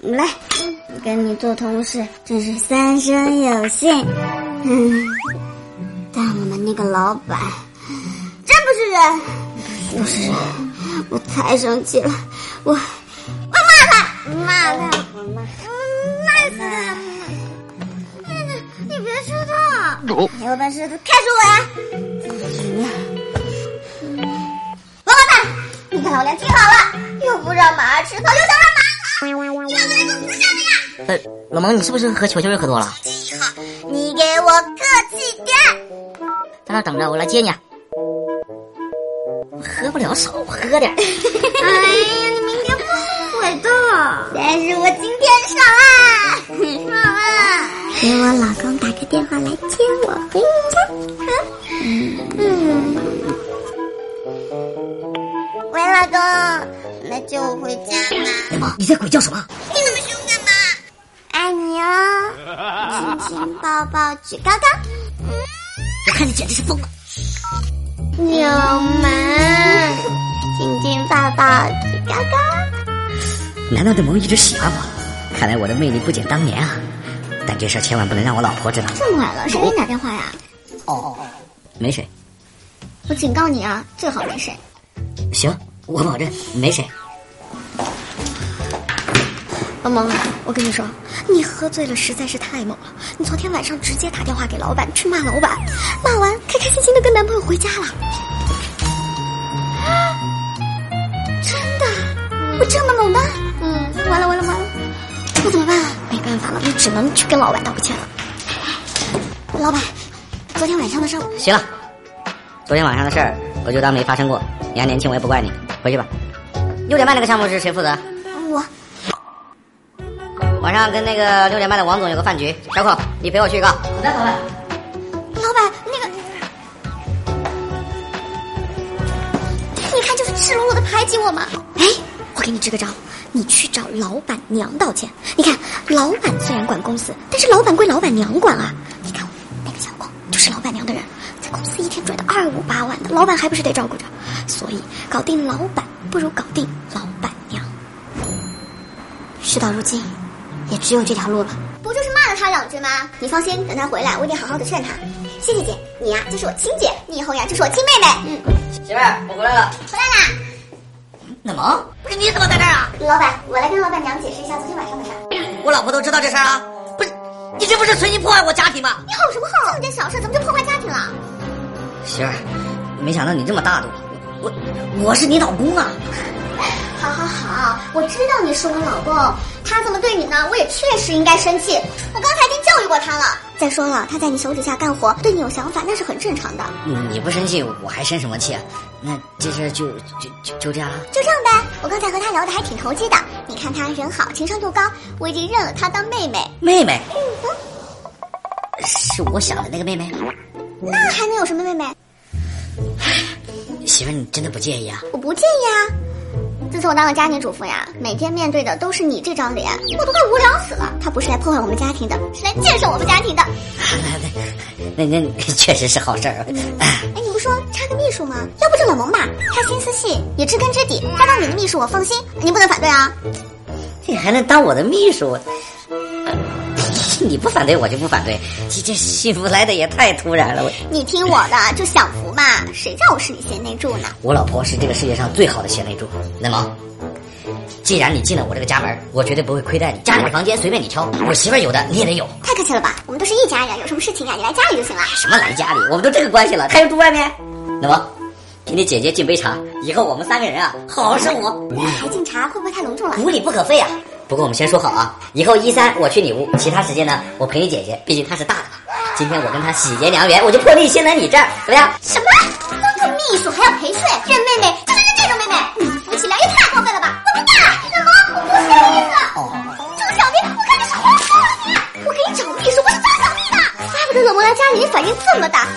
来，跟你做同事真是三生有幸。嗯，但我们那个老板真不是人，不是人，我太生气了，我我骂他，骂他，我骂，骂死他！你别吃他，有本事开除我呀！王老板，你看我脸挺好了，又不让马儿吃草，又想让马儿跑，又要对公司下面呀！呃，老蒙，你是不是和球球也喝多了？以后你给我客气 点。在那儿等着，我来接你啊。喝不了少，喝点儿。哎呀，你明天会后悔的。但是我今天爽啊，很爽啊！给我老公打个电话来接我回家。嗯，喂，老公，来接我回家吧。妈，你在鬼叫什么？你那么凶干嘛？爱你 哦，亲亲抱抱举高高。嗯。我看你简直是疯了。牛门，亲亲抱抱，举高高。难道这萌一直喜欢我？看来我的魅力不减当年啊！但这事儿千万不能让我老婆知道。这么晚了，谁给你打电话呀？哦哦哦，没谁。我警告你啊，最好没谁。行，我保证没谁。老蒙，我跟你说，你喝醉了实在是太猛了。你昨天晚上直接打电话给老板去骂老板，骂完开开心心的跟男朋友回家了。啊真的，我这么猛吗？嗯，完了完了完了，我怎么办啊？没办法了，你只能去跟老板道个歉了。老板，昨天晚上的事儿，行了，昨天晚上的事儿我就当没发生过。你还年轻，我也不怪你。回去吧。六点半那个项目是谁负责？我晚上跟那个六点半的王总有个饭局，小孔，你陪我去一个。我在讨论。老板那个，你看就是赤裸裸的排挤我嘛！哎，我给你支个招，你去找老板娘道歉。你看，老板虽然管公司，但是老板归老板娘管啊。你看那个小光就是老板娘的人，在公司一天赚的二五八万的，老板还不是得照顾着？所以搞定老板不如搞定老板娘。事到如今，也只有这条路了。不就是骂了他两句吗？你放心，等他回来，我一定好好的劝他。谢谢姐，你呀、就是我亲姐，你以后呀就是我亲妹妹。嗯，媳妇儿，我回来了。回来啦，那萌，不是你怎么在这儿啊？老板，我来跟老板娘解释一下昨天晚上的事儿。我老婆都知道这事儿啊。不是，你这不是存心破坏我家庭吗？你吼什么啊吼？这么点小事，怎么就破坏家庭了？媳妇儿，没想到你这么大度，我我是你老公啊。好好好，我知道你是我老公，他这么对你呢，我也确实应该生气。我刚才已经教育过他了。再说了，他在你手底下干活，对你有想法那是很正常的。嗯你不生气，我还生什么气啊？那这事儿就就就就这样啊。就这样呗。我刚才和他聊的还挺投机的，你看他人好，情商又高，我已经认了他当妹妹。妹妹嗯哼，是我想的那个妹妹。那还能有什么妹妹？媳妇儿，你真的不介意啊？ 我不介意啊。自从我当了家庭主妇呀，每天面对的都是你这张脸，我都快无聊死了。他不是来破坏我们家庭的，是来建设我们家庭的。那那那确实是好事儿。啊哎，你不说差个秘书吗？要不就老蒙吧，他心思细，也知根知底。他当你的秘书，我放心，你不能反对啊。这还能当我的秘书？你不反对，我就不反对。这这幸福来的也太突然了。我你听我的，就享福吧。谁叫我是你贤内助呢？我老婆是这个世界上最好的贤内助。那么，既然你进了我这个家门，我绝对不会亏待你。家里的房间随便你挑，我媳妇儿有的你也得有。太客气了吧，我们都是一家人，有什么事情呀，啊你来家里就行了。什么来家里？我们都这个关系了，他又住外面。那么，给你姐姐敬杯茶，以后我们三个人啊，好好生活。还敬茶会不会太隆重了？无礼不可废啊！不过我们先说好啊，以后一三我去你屋，其他时间呢我陪你姐姐，毕竟她是大的嘛。今天我跟她喜结良缘，我就破例先来你这儿，怎么样？什么？当个秘书还要陪睡？认妹妹就是认这种妹妹，嗯你夫妻俩也太过分了吧！我不干，什么？我不是这个意思。哦这个小弟，我看你是活该了你！我给你找秘书，我是找小弟的。怪不得老蒙来家里反应这么大，